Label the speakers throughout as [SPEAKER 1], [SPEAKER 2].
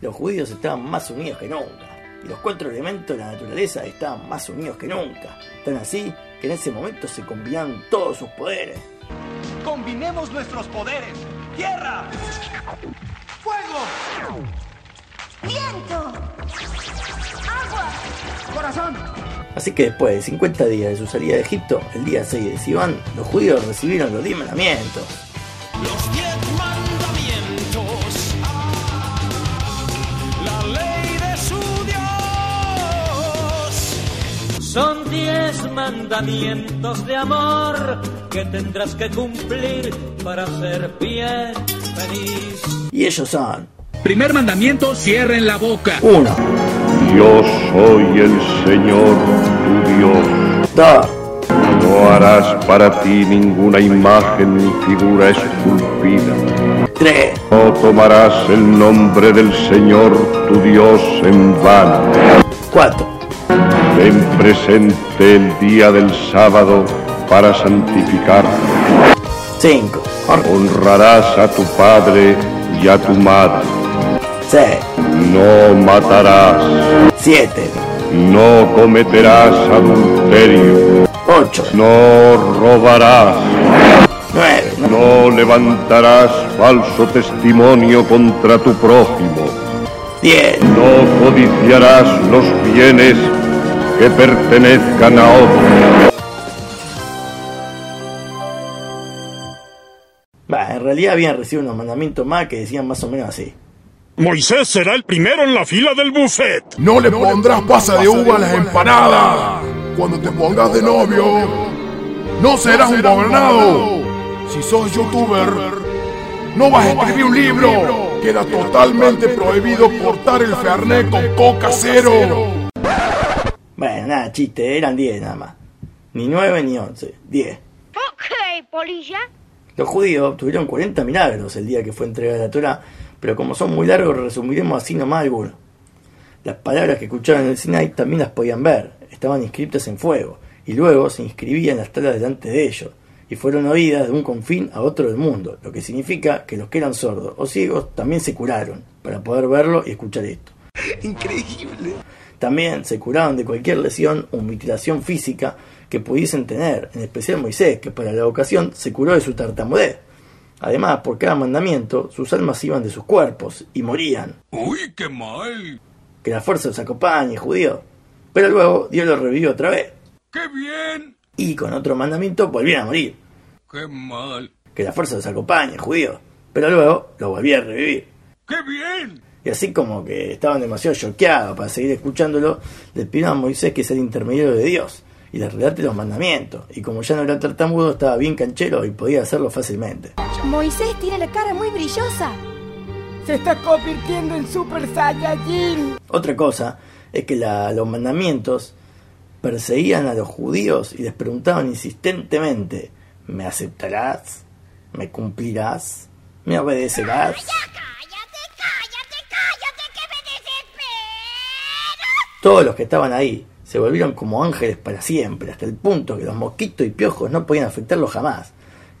[SPEAKER 1] Los judíos estaban más unidos que nunca, y los cuatro elementos de la naturaleza estaban más unidos que nunca, tan así que en ese momento se combinaron todos sus poderes.
[SPEAKER 2] Combinemos nuestros poderes. Tierra. Fuego.
[SPEAKER 3] Viento. Agua.
[SPEAKER 2] Corazón.
[SPEAKER 1] Así que después de 50 días de su salida de Egipto, el día 6 de Sivan, los judíos recibieron los 10 mandamientos.
[SPEAKER 4] Los diez mandamientos. ah, la ley de su Dios. Son diez mandamientos de amor que tendrás que cumplir para ser bien feliz.
[SPEAKER 1] Y ellos son
[SPEAKER 5] Primer mandamiento, cierren la boca.
[SPEAKER 1] 1,
[SPEAKER 6] Yo soy el Señor tu Dios.
[SPEAKER 1] 2,
[SPEAKER 6] No harás para ti ninguna imagen ni figura esculpida.
[SPEAKER 1] 3,
[SPEAKER 6] No tomarás el nombre del Señor tu Dios en vano.
[SPEAKER 1] 4,
[SPEAKER 6] Ten presente el día del sábado para santificarlo.
[SPEAKER 1] 5,
[SPEAKER 6] Honrarás a tu padre y a tu madre.
[SPEAKER 1] 6,
[SPEAKER 6] No matarás.
[SPEAKER 1] 7,
[SPEAKER 6] No cometerás adulterio.
[SPEAKER 1] 8,
[SPEAKER 6] No robarás.
[SPEAKER 1] 9,
[SPEAKER 6] No levantarás falso testimonio contra tu prójimo.
[SPEAKER 1] 10,
[SPEAKER 6] No codiciarás los bienes que pertenezcan a otro.
[SPEAKER 1] Bah, en realidad habían recibido unos mandamientos más que decían más o menos así.
[SPEAKER 7] Moisés será el primero en la fila del buffet.
[SPEAKER 8] No le pondrás pasa de uva a las empanadas. Cuando te pongas de novio, no serás un gobernado. Si sos youtuber, no vas a escribir un libro. Queda totalmente prohibido cortar el fernet con coca cero.
[SPEAKER 1] Bueno, nada, chiste, eran 10 nada más. Ni 9 ni 11, 10.
[SPEAKER 3] Ok, polilla.
[SPEAKER 1] Los judíos obtuvieron 40 milagros el día que fue entregada la Torah, pero como son muy largos resumiremos así nomás algunos. Las palabras que escucharon en el Sinai también las podían ver, estaban inscritas en fuego, y luego se inscribían las tablas delante de ellos, y fueron oídas de un confín a otro del mundo, lo que significa que los que eran sordos o ciegos también se curaron, para poder verlo y escuchar esto. También se curaron de cualquier lesión o mutilación física que pudiesen tener, en especial Moisés, que para la ocasión se curó de su tartamudez. Además, por cada mandamiento, sus almas iban de sus cuerpos y morían.
[SPEAKER 5] Uy, qué mal.
[SPEAKER 1] Que la fuerza los acompañe, judío. Pero luego Dios los revivió otra vez.
[SPEAKER 5] Qué bien.
[SPEAKER 1] Y con otro mandamiento volvieron a morir.
[SPEAKER 5] Qué mal.
[SPEAKER 1] Que la fuerza los acompañe, judío. Pero luego los volvía a revivir.
[SPEAKER 5] Qué bien.
[SPEAKER 1] Y así como que estaban demasiado choqueados para seguir escuchándolo, le pidieron a Moisés que sea el intermediario de Dios y les relate los mandamientos. Y como ya no era tartamudo, estaba bien canchero y podía hacerlo fácilmente.
[SPEAKER 3] Moisés tiene la cara muy brillosa.
[SPEAKER 9] Se está convirtiendo en Super Saiyajin.
[SPEAKER 1] Otra cosa es que la- los mandamientos perseguían a los judíos y les preguntaban insistentemente, ¿me aceptarás? ¿Me cumplirás? ¿Me obedecerás?
[SPEAKER 3] Cállate, cállate, cállate, que me desespero.
[SPEAKER 1] Todos los que estaban ahí se volvieron como ángeles para siempre, hasta el punto que los mosquitos y piojos no podían afectarlos jamás.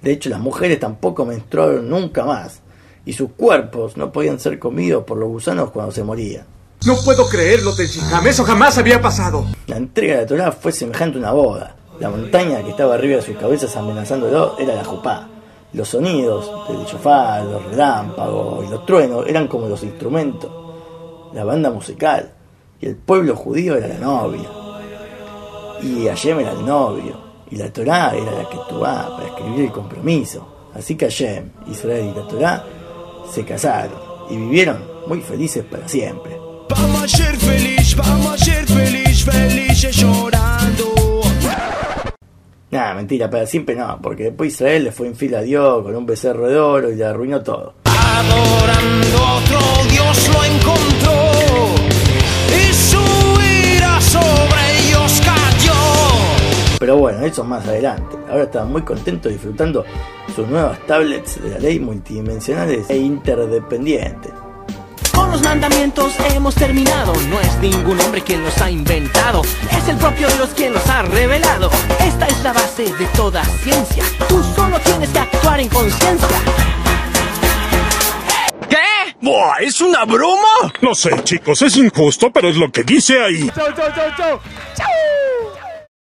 [SPEAKER 1] De hecho, las mujeres tampoco menstruaron nunca más, y sus cuerpos no podían ser comidos por los gusanos cuando se morían.
[SPEAKER 2] No puedo creerlo, Tenshinhan. Eso jamás había pasado.
[SPEAKER 1] La entrega de la Torah fue semejante a una boda. La montaña que estaba arriba de sus cabezas amenazándolo era la Jupá. Los sonidos del chofar, los relámpagos y los truenos eran como los instrumentos. La banda musical y el pueblo judío era la novia. Y Hashem era el novio. Y la Torá era la que Ketubá para escribir el compromiso. Así que Hashem, Israel y la Torá se casaron y vivieron muy felices para siempre.
[SPEAKER 4] Vamos a ser feliz, vamos a ser feliz, felices llorando.
[SPEAKER 1] Nada, mentira, para siempre no, porque después Israel le fue infiel a Dios con un becerro de oro y le arruinó todo.
[SPEAKER 4] Adorando a otro Dios lo encontró y su ira sobre ellos cayó.
[SPEAKER 1] Pero bueno, eso más adelante. Ahora está muy contento disfrutando sus nuevas tablets de la ley multidimensionales e interdependientes.
[SPEAKER 10] Con los mandamientos hemos terminado. No es ningún hombre quien los ha inventado. Es el propio Dios quien los ha revelado. Esta es la base de toda ciencia. Tú solo tienes que actuar en conciencia. ¿Qué?
[SPEAKER 2] ¡Buah! ¿Es una broma? No sé, chicos, es injusto, pero es lo que dice ahí.
[SPEAKER 11] ¡Chao, chao, chao, chao! ¡Chao!